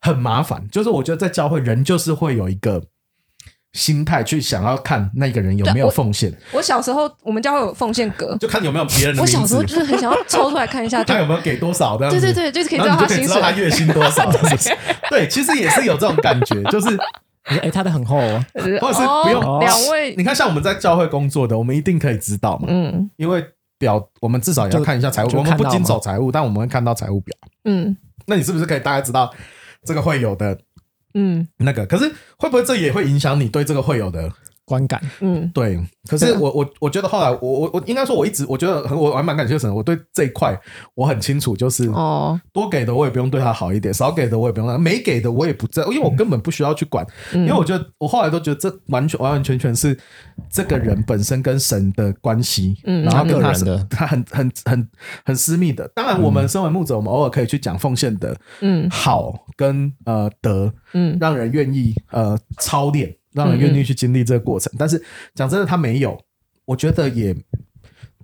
A: 很麻烦。就是我觉得在教会，人就是会有一个心态去想要看那个人有没有奉献，
B: 我小时候我们家会有奉献格，
A: 就看有没有别人的
B: 我
A: 名字，
B: 小时候就是很想要抽出来看一下，就
A: 他有没有给多少这样子。
B: 对对对，就是可以知道
A: 然后
B: 他
A: 你
B: 薪
A: 就可以知道他
B: 水，
A: 月薪多 少，是不是对，其实也是有这种感觉，就是
C: 哎，他的很厚哦，
A: 或者是不用
B: 哦两位
A: 你，看，像我们在教会工作的，我们一定可以知道嘛，
B: 嗯
A: 因为表我们至少也要
C: 就
A: 看一下财务，
C: 就
A: 我们
C: 看
A: 不
C: 到
A: 经
C: 嘛
A: 手财务，但我们会看到财务表。
B: 嗯
A: 那你是不是可以大概知道这个会有的
B: 嗯
A: 那个？可是会不会这也会影响你对这个会有的？
C: 观感，
B: 嗯，
A: 对，可是我我我觉得后来我我我应该说，我一直我觉得很我还蛮感谢神，我对这一块我很清楚，就是
B: 哦，
A: 多给的我也不用对他好一点，少给的我也不用让，没给的我也不在，因为我根本不需要去管，
B: 嗯
A: 因为我觉得我后来都觉得这完全完完全全是这个人本身跟神的关系，
B: 嗯
A: 然后跟他
C: 他个人的
A: 他很很很很私密的。当然，我们身为牧者，我们偶尔可以去讲奉献的
B: 嗯
A: 好跟呃德，
B: 嗯
A: 让人愿意呃操练，让人愿意去经历这个过程。但是讲真的，他没有，我觉得也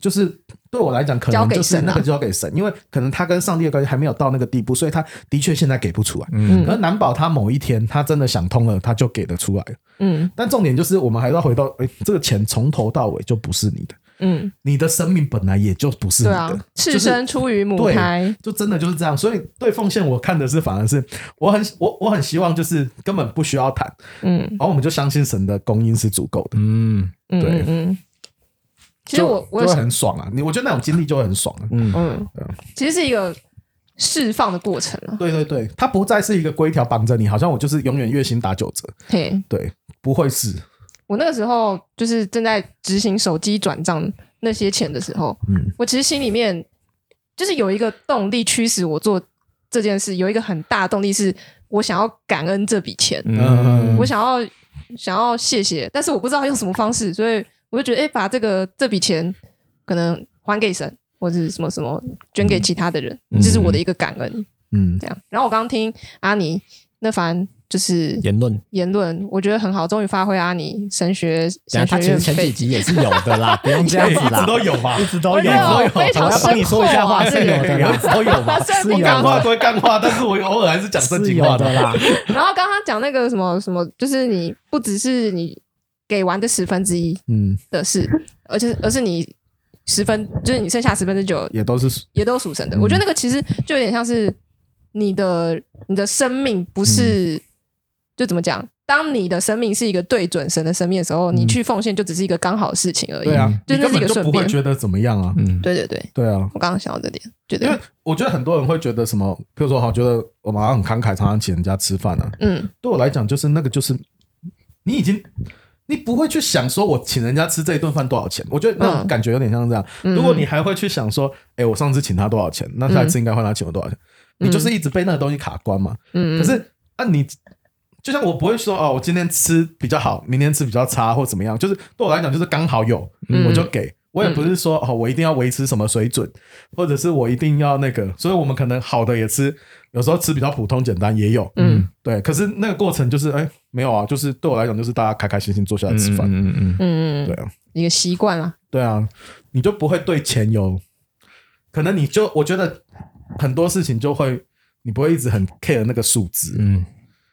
A: 就是对我来讲，可
B: 交
A: 能
B: 给
A: 就是
B: 神啊
A: 那个交给神，因为可能他跟上帝的关系还没有到那个地步，所以他的确现在给不出来。
B: 嗯
A: 可是难保他某一天他真的想通了，他就给得出来了。
B: 嗯
A: 但重点就是，我们还是要回到，哎、这个钱从头到尾就不是你的，
B: 嗯，
A: 你的生命本来也就不是你
B: 对
A: 的，
B: 啊，
A: 就
B: 赤
A: 是
B: 身出于母
A: 对
B: 胎，
A: 就真的就是这样。所以对奉献，我看的是反而是我很我我很希望就是根本不需要谈，
B: 嗯
A: 然后我们就相信神的供应是足够的，
C: 嗯
B: 嗯
A: 对
B: 嗯嗯。其实我
A: 就
B: 我
A: 就
B: 有
A: 会很爽啊！你我觉得那种经历就会很爽啊。
C: 嗯，
B: 嗯，其实是一个释放的过程啊。
A: 对对对，它不再是一个规条绑着你，好像我就是永远月薪打九折，
B: 嘿，
A: 对，不会是，
B: 我那个时候就是正在执行手机转账那些钱的时候，
A: 嗯
B: 我其实心里面就是有一个动力驱使我做这件事，有一个很大的动力是我想要感恩这笔钱，
A: 嗯
B: 我想要想要谢谢，但是我不知道用什么方式，所以我就觉得，哎、把这个这笔钱可能还给神，或者是什么什么捐给其他的人，
C: 嗯
B: 这是我的一个感恩。
A: 嗯
B: 这样，然后我刚刚听阿尼那番就是
C: 言论，
B: 言论，我觉得很好，终于发挥阿尼神学
C: 讲
B: 神学
C: 他其实
B: 院
C: 前几
B: 费。
C: 集也是有的 啦，不用这样子
A: 一直
C: 啦，
A: 都有 吧，
C: 一直都
B: 我
C: 有，
B: 觉得我非常
C: 我要帮你说一下话，
B: 深
C: 是
B: 刻啊
C: 有的啦，
A: 这个
C: 都有吧，
B: 虽然
C: 是
B: 不
C: 有
B: 敢
A: 干话
C: 的，
A: 归干话，但是我偶尔还是讲正
C: 是
A: 经
C: 有
A: 话
C: 的
A: 的。
C: 啦，
B: 然后刚刚讲那个什么什么，就是你不只是你给完的十分之一
A: 嗯，
B: 的事，而且而是你十分，就是你剩下十分之九
A: 也都是
B: 也都属神
C: 嗯
B: 的。我觉得那个其实就有点像是你的你的生命不是、
C: 嗯
B: 就怎么讲？当你的生命是一个对准神的生命的时候，
C: 嗯
B: 你去奉献就只是一个刚好的事情而已。
A: 对啊，
B: 就
A: 你
B: 那
A: 根
B: 是一
A: 本
B: 个
A: 就
B: 顺
A: 不会
B: 便。
A: 觉得怎么样啊。
C: 嗯，
B: 对对对，
A: 对啊，
B: 我刚刚想到这点，觉
A: 因为
B: 得
A: 我觉得很多人会觉得什么，比如说，好，觉得我马上很慷慨，常常请人家吃饭啊。
B: 嗯
A: 对我来讲，就是那个，就是你已经，你不会去想说我请人家吃这一顿饭多少钱。我觉得那种
B: 嗯
A: 感觉有点像这样。如果你还会去想说，哎、我上次请他多少钱，那下一次应该换他请我多少钱，
B: 嗯
A: 你就是一直被那个东西卡关嘛。
B: 嗯，
A: 可是啊你，就像我不会说哦，我今天吃比较好，明天吃比较差或怎么样，就是对我来讲就是刚好有、
B: 嗯
A: 我就给。我也不是说哦，我一定要维持什么水准，或者是我一定要那个，所以我们可能好的也吃，有时候吃比较普通简单也有，
B: 嗯
A: 对。可是那个过程就是，哎，没有啊，就是对我来讲就是大家开开心心坐下来吃
C: 嗯
A: 饭，
C: 嗯嗯
B: 嗯
A: 对
B: 嗯，
A: 啊，
B: 一个习惯啦，
A: 对啊，你就不会对钱有，可能你就我觉得很多事情就会你不会一直很 care 那个数字，
C: 嗯，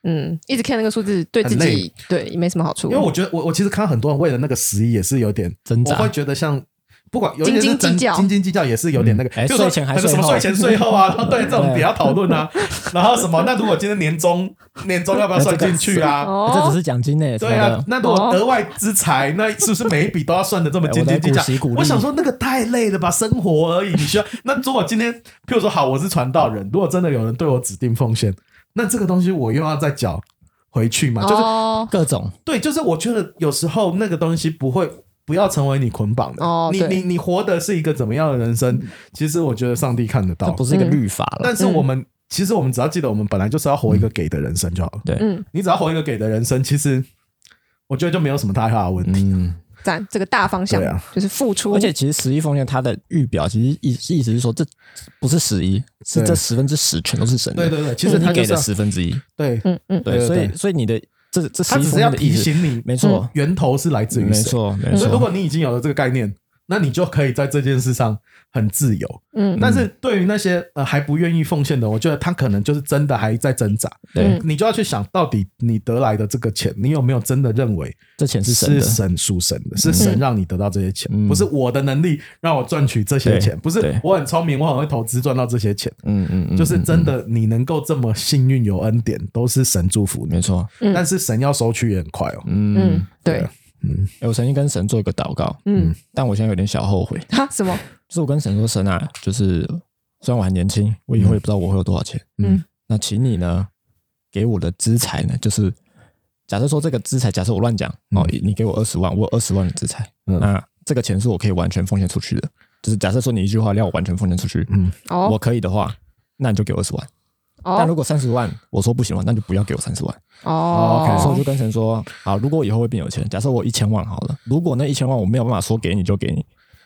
B: 嗯，一直看那个数字，对自
A: 很累
B: 己对也没什么好处。
A: 因为我觉得我我其实看到很多人为了那个十一也是有点
C: 挣扎
A: 我会觉得像不管有一些是
B: 斤斤
A: 真
B: 计较
A: 斤斤计较也是有点那个，
C: 嗯哎
A: 比如说
C: 睡前还
A: 那个
C: 睡
A: 什么
C: 后
A: 睡前睡后啊，对 这种也要讨论啊，然后什么那如果今天年终年终要
C: 哎
A: 不要算进去啊？
B: 哦，
C: 这只是奖金呢， 什
A: 对
C: 么
A: 啊
C: 的，，
A: 那如果额外之财，那是不是每一笔都要算的这么斤斤计较
C: 哎我的股息股？利
A: 我想说那个太累了吧，生活而已，你需要。那如果今天，譬如说好，我是传道人，如果真的有人对我指定奉献，那这个东西我又要再缴回去嘛？就是
B: 哦，
C: 各种
A: 对，就是我觉得有时候那个东西不会不要成为你捆绑的。
B: 哦
A: 你
B: 对
A: 你你活的是一个怎么样的人生？其实我觉得上帝看得
C: 这
A: 到
C: 嗯不，是一个
B: 嗯
C: 嗯律法了，
A: 但是我们、其实我们只要记得，我们本来就是要活一个给的人生就好了。
B: 嗯，
A: 你只要活一个给的人生，其实我觉得就没有什么太大的问题。
C: 嗯。
B: 赞，这个大方向
A: 对啊
B: 就是付出，
C: 而且其实十一奉献它的预表，其实意意思是说，这不是十一，是
A: 对
C: 这十分之十全都是神的。
A: 对对对，其实
C: 你
A: 他就
C: 给
A: 是
C: 了
A: 要
C: 十分之一，
A: 对，
B: 嗯嗯，
C: 对，
A: 对对
C: 所以
A: 对
C: 所以你的这这
A: 他
C: 十一
A: 只
C: 奉
A: 是要
C: 献的意
A: 提
C: 思，
A: 醒你，
C: 没错，
A: 源头是来自于
C: 没
A: 谁。
C: 错，没
A: 所以，
C: 错。
A: 如果你已经有了这个概念，那你就可以在这件事上很自由。
B: 嗯
A: 但是对于那些呃还不愿意奉献的，我觉得他可能就是真的还在挣扎。
C: 对
B: 嗯，
A: 你就要去想到底你得来的这个钱，你有没有真的认为
C: 这钱是神
A: 是
C: 的，
A: 神属神的，是神让你得到这些钱，
C: 嗯
A: 不是我的能力让我赚取这些钱，
C: 对
A: 不是
C: 对
A: 我很聪明，我很会投资赚到这些钱，
C: 嗯嗯嗯，
A: 就是
C: 嗯
A: 真，的你能够这么幸运有恩典，都是神祝福
C: 嗯
A: 你
C: 没。错，
B: 嗯
A: 但是神要收取也很快哦。
C: 嗯
B: 嗯。对，
C: 欸我曾经跟神做一个祷告，
B: 嗯
C: 但我现在有点小后悔，
B: 哈什么
C: 就是我跟神说，神啊，就是虽然我还年轻，我以后也不知道我会有多少钱，
B: 嗯，
C: 那请你呢，给我的资财呢，就是假设说这个资财，假设我乱讲哦，你给我二十万，我有二十万的资财，
A: 嗯
C: 那这个钱是我可以完全奉献出去的，就是假设说你一句话要我完全奉献出去，
A: 嗯
B: 哦
C: 我可以的话，那你就给我二十万，但如
B: 哦
C: 果三十万我说不行的话，那就不要给我三十万。
A: 哦
C: 所以我
B: 哦
C: 就跟神说：“好，如果我以后会变有钱，假设我一千万好了，如果那一千万我没有办法说给你就给你，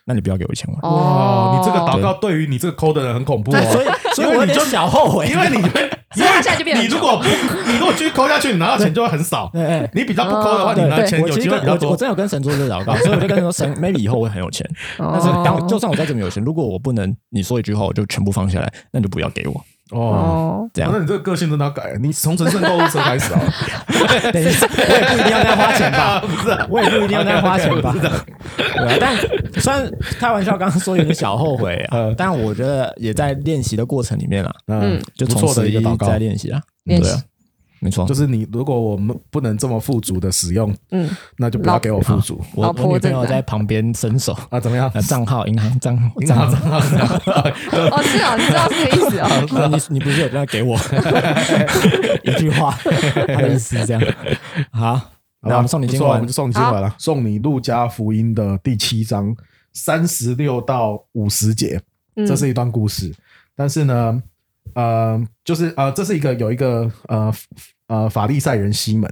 C: 那你不要给我一千万。
A: 哇，
B: 哦，
A: 你这个祷告对于你这个抠的人很恐怖
C: 所
A: 哦。
C: 以，所
A: 因
C: 以
A: 为
C: 我有
A: 你
C: 点
A: 就
C: 小后悔，
A: 因为你会，因
B: 所以他现在就变
A: 为
B: 得
A: 你
B: 很
A: 如果不，你如果继续抠下去，你拿到钱就会很少。
C: 对对
A: 你比较不抠哦的话，你
C: 对
A: 拿的钱
C: 我
A: 有
C: 其
A: 机
C: 实
A: 会比
C: 跟
A: 较
C: 我我
A: 多。
C: 真的有跟神做这个祷告，所以我就跟神说：神，maybe 以后我会很有 钱，但
A: 哦
C: 是
B: 哦
C: 当就算我再怎么有钱，如果我不能你说一句话我就全部放下来，那你就不要给 我。
A: 哦，
B: 哦，
C: 这样
A: 那你这个个性真的要改，你从神圣购物车开始啊，
C: 等一下，我也不一定要再花钱 吧。”
A: 不是啊，
C: 我也不一定要再花钱吧
A: OK，OK，我知道，
C: 对啊，但虽然开玩笑，刚刚说有点小后悔啊
A: 嗯，
C: 但我觉得也在练习的过程里面啦，啊
A: 嗯，
C: 就
A: 不
C: 从
A: 错的
C: 十
A: 一个祷告
C: 在。练习啊，
B: 练习
C: 对啊，没错，
A: 就是你，如果我们不能这么富足的使用，
B: 嗯，
A: 那就不要给我富足
C: 我
B: 老
C: 我
B: 婆
C: 女朋友
B: 正在
C: 在旁边伸手，
A: 嗯啊！怎么样
C: 呃，？账号、银行账号、
A: 银行
C: 号
A: 账。号这样，
B: 哦是哦，你知道这个意思 哦，
C: 呃你你不是有这样给我一句话，他的意思是这样。好，那我们送你今
A: 不错我
C: 晚
A: 们就送你今晚了，送你《路加福音》的第七章三十六到五十节。
B: 嗯
A: 这是一段故事。但是呢，呃，就是呃，这是一个有一个呃呃法利赛人西门，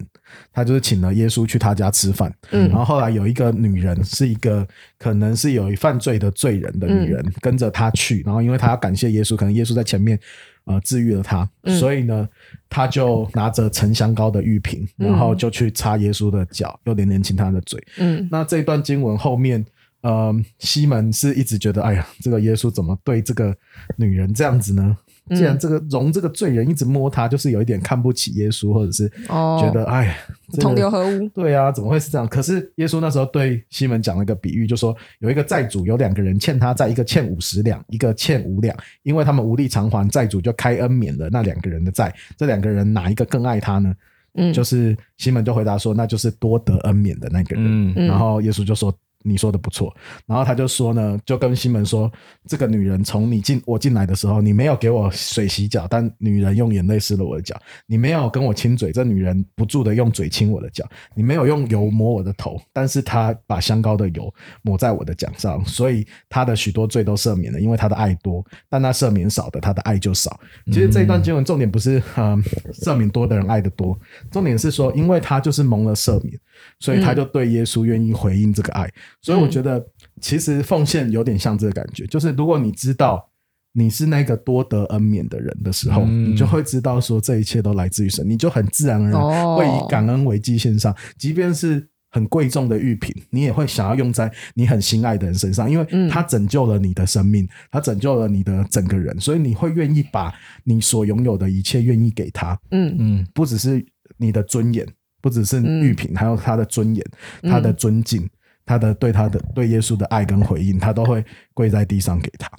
A: 他就是请了耶稣去他家吃饭。
B: 嗯
A: 然后后来有一个女人，是一个可能是有一犯罪的罪人的
B: 嗯
A: 女人，跟着他去。然后因为他要感谢耶稣，可能耶稣在前面。呃，治愈了他，
B: 嗯
A: 所以呢，他就拿着沉香膏的玉瓶，然后就去擦耶稣的脚，又连连亲他的嘴。
B: 嗯
A: 那这一段经文后面，呃，西门是一直觉得，哎呀，这个耶稣怎么对这个女人这样子呢？
B: 嗯
A: 既然这个容这个罪人一直摸她，就是有一点看不起耶稣，或者是
B: 哦
A: 觉得，哎、呀，这个
B: 同流合污，
A: 对啊，怎么会是这样？可是耶稣那时候对西门讲了一个比喻，就说有一个债主有两个人欠他债，一个欠五十两，一个欠五两，因为他们无力偿还，债主就开恩免了那两个人的债。这两个人哪一个更爱他呢？
B: 嗯
A: 就是西门就回答说，那就是多得恩免的那个人。
C: 嗯
B: 嗯
A: 然后耶稣就说：“你说的不错。”然后他就说呢，就跟西门说：“这个女人从你进我进来的时候，你没有给我水洗脚，但女人用眼泪湿了我的脚；你没有跟我亲嘴，这女人不住的用嘴亲我的脚；你没有用油抹我的头，但是她把香膏的油抹在我的脚上，所以她的许多罪都赦免了，因为她的爱多；但那赦免少的，她的爱就少。其实这一段经文重点不是嗯赦免多的人爱的多，重点是说，因为他就是蒙了赦免。”所以他就对耶稣愿意回应这个爱。所以我觉得，其实奉献有点像这个感觉，就是如果你知道你是那个多得恩免的人的时候，
C: 嗯
A: 你就会知道嗯说这一切都来自于神，你就很自然而然
B: 哦
A: 会以感恩为基献上，即便是。很贵重的玉品，你也会想要用在你很心爱的人身上，因为
B: 嗯
A: 它拯救了你的生命，它拯救了你的整个人，所以你会愿意把你所拥有的一切愿意给他。
B: 嗯
A: 嗯，不只是你的尊严，不只是玉
B: 嗯
A: 品，还有他的尊严、他的尊敬、他的对他的对耶稣的爱跟回应，他都会跪在地上给他。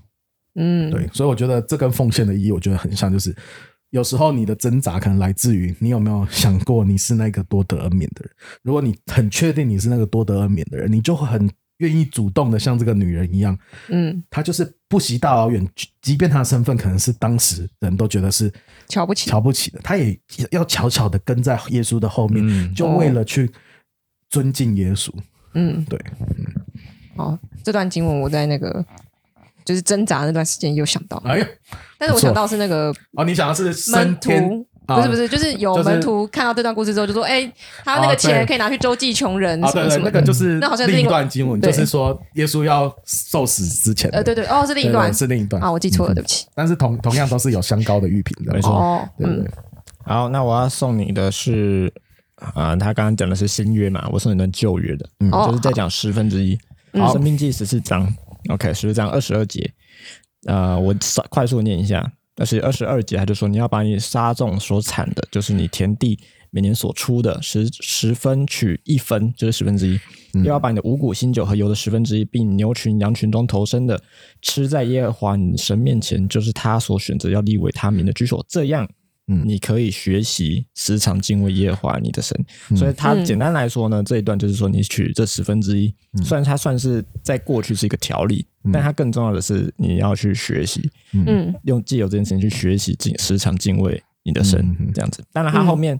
B: 嗯，
A: 对，所以我觉得这跟奉献的意义，我觉得很像，就是有时候你的挣扎可能来自于你有没有想过你是那个多得恩免的人。如果你很确定你是那个多得恩免的人，你就会很愿意主动的像这个女人一样，
B: 嗯，
A: 她就是不惜大老远，即即便她的身份可能是当时人都觉得 是
B: 瞧不起
A: 瞧不起的，她也要悄悄的跟在耶稣的后面，
C: 嗯
A: 就为了去尊敬耶稣。
B: 哦嗯，
A: 对，
B: 哦，这段经文我在那个就是挣扎那段时间有想到，
A: 哎呦，
B: 但是我想到是那个
A: 哦，你想的是
B: 门
A: 升
B: 徒
A: 天，啊
B: 不是不是，就是有
A: 就是
B: 门徒看到这段故事之后就说，哎，他那
A: 啊
B: 个
A: 对
B: 钱可以拿去周济穷人
A: 啊，
B: 什
A: 对
B: 么什
A: 对，
B: 么
A: 那
B: 的
A: 个就是
B: 那好像是
A: 另一
B: 另外
A: 段经文，
B: 对
A: 就是说耶稣要受死之前的，
B: 呃，对对，哦，是另一段
A: 对对是另一段
B: 啊，我记错了，
A: 嗯
B: 对不起。
A: 但是同同样都是有香膏的玉瓶的，
C: 没错
B: 哦，
A: 对对
B: 嗯
A: 对，
C: 好，那我要送你的是，啊、他刚刚讲的是新约嘛，我送你的旧约的，嗯
B: 哦
C: 就是在讲十分之一，嗯
B: 好
C: 《生命记》十四章，OK，十四章二十二节，呃，我稍快速念一下，但是二十二节他就说，你要把你杀种所产的，就是你田地每年所出的十十分取一分，就是十分之一，
B: 嗯
C: 又要把你的五谷、新酒和油的十分之一，并牛群、羊群中投生的，吃在耶和华你神面前，就是他所选择要立为他民的居所。这样，
A: 嗯
C: 你可以学习时常敬畏耶和华你的神。所以，它
B: 嗯
C: 简单来说呢，这一段就是说，你取这十分之一，
A: 嗯
C: 虽然它算是在过去是一个条例，但它更重要的是你要去学习，
B: 嗯
C: 用既有这件事情去学习敬时常敬畏你的神、
A: 嗯嗯嗯
C: 这样子。当然，他后面、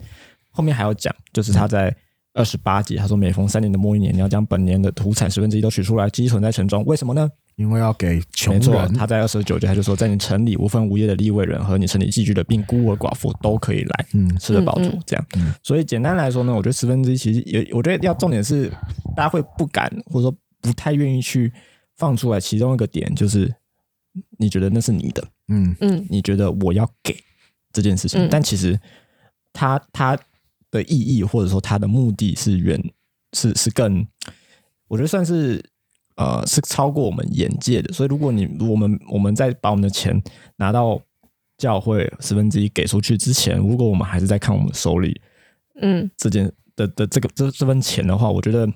C: 后面还要讲，就是他在二十八节，他说每逢三年的末一年，你要将本年的土产十分之一都取出来，积存在城中。为什么呢？
A: 因为要给穷
C: 没错，
A: 人，
C: 他在二十九节他就说，在你城里无分无业的立位人和你城里寄居的病孤儿寡妇都可以来，
A: 嗯
C: 吃得饱
B: 嗯
C: 足
B: 嗯
C: 这样。所以简单来说呢，我觉得十分之一其实也，我觉得要重点是大家会不敢或者说不太愿意去放出来，其中一个点就是你觉得那是你的，
A: 嗯
B: 嗯
C: 你觉得我要给这件事情，
B: 嗯
C: 但其实它它的意义或者说它的目的是远是是更，我觉得算是呃是超过我们眼界的。所以如果你我们我们在把我们的钱拿到教会十分之一给出去之前，如果我们还是在看我们手里
B: 嗯
C: 这件的的这个这这份钱的话，我觉得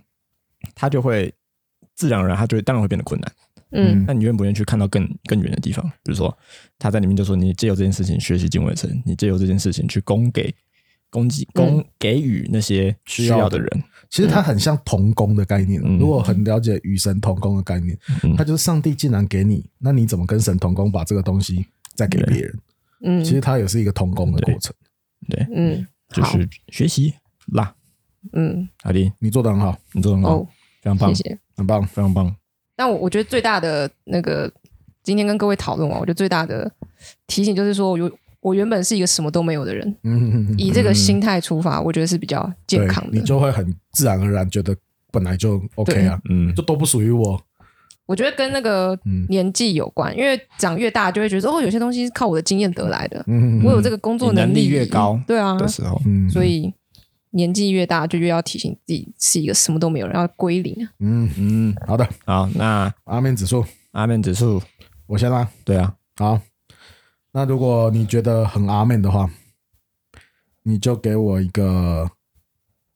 C: 它就会自然而然，它就会当然会变得困难。
B: 嗯
C: 那你愿不愿意去看到更更远的地方？比如说，他在里面就说，你借由这件事情学习敬畏神，你借由这件事情去供给、供给、供给予那些需要的人。
A: 其实它很像童工的概念。哦
C: 嗯
A: 如果很了解与神同工的概念，
C: 嗯
A: 它就是上帝既然给你，那你怎么跟神同工把这个东西再给别人？
B: 嗯，
A: 其实它也是一个同工的过程。
C: 对，
B: 嗯
C: 就是学习啦，
B: 嗯
C: 阿迪，
A: 你做的很好，
C: 你做得很好，
B: 哦，
C: 非常棒，
B: 谢
C: 非
B: 谢。
A: 很棒。
C: 常棒。
B: 但我我觉得最大的那个，今天跟各位讨论完，我觉得最大的提醒就是说，我有我原本是一个什么都没有的人，
A: 嗯，
B: 以这个心态出发，我觉得是比较健
A: 对
B: 康
A: 你
B: 的。
A: 就会很自然而然觉得本来就 OK 啊，
C: 嗯
A: 就，都不属于我。
B: 我觉得跟那个
A: 嗯
B: 年纪有关，因为长越大就会觉得说哦，有些东西是靠我的经验得来的，
A: 嗯，
B: 我有这个工作
C: 你能力
B: 力
C: 越高
B: 对啊，
C: 的时候，
A: 嗯，
B: 所以年纪越大就越要提醒自己是一个什么都没有，人，要 归零。
A: 嗯，
C: 嗯，
A: 好的，
C: 好，那
A: 阿面指数
C: 阿面指数，
A: 我先啦。
C: 对啊，
A: 好，那如果你觉得很阿面的话，你就给我一个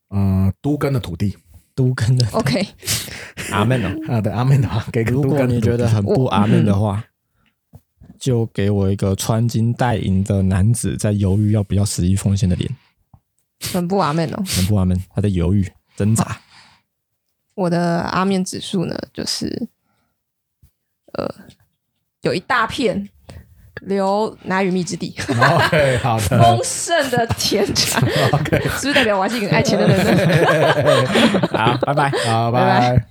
A: 呃都根的土地。
C: 都跟的
B: OK，
C: 阿面哦。
A: 啊，对阿面的话，给个
C: 如
A: 都
C: 果
A: 根的
C: 你
A: 土
C: 觉
A: 地
C: 得很不阿面的话，就给我一个穿金戴银的男子在犹豫要不要十一奉献的脸。
B: 很不阿面哦。
C: 很不完美，他在犹豫挣扎。
B: 我的阿面指数呢，就是呃，有一大片留奶与蜜之地，
A: OK，好
C: 哦
A: 的
B: 丰盛的田产，
A: ，OK，
B: 是不是代表我还是一个很爱钱的人呢？
C: 好，拜拜。
A: 好，
B: 拜
A: 拜
B: 拜
A: 拜。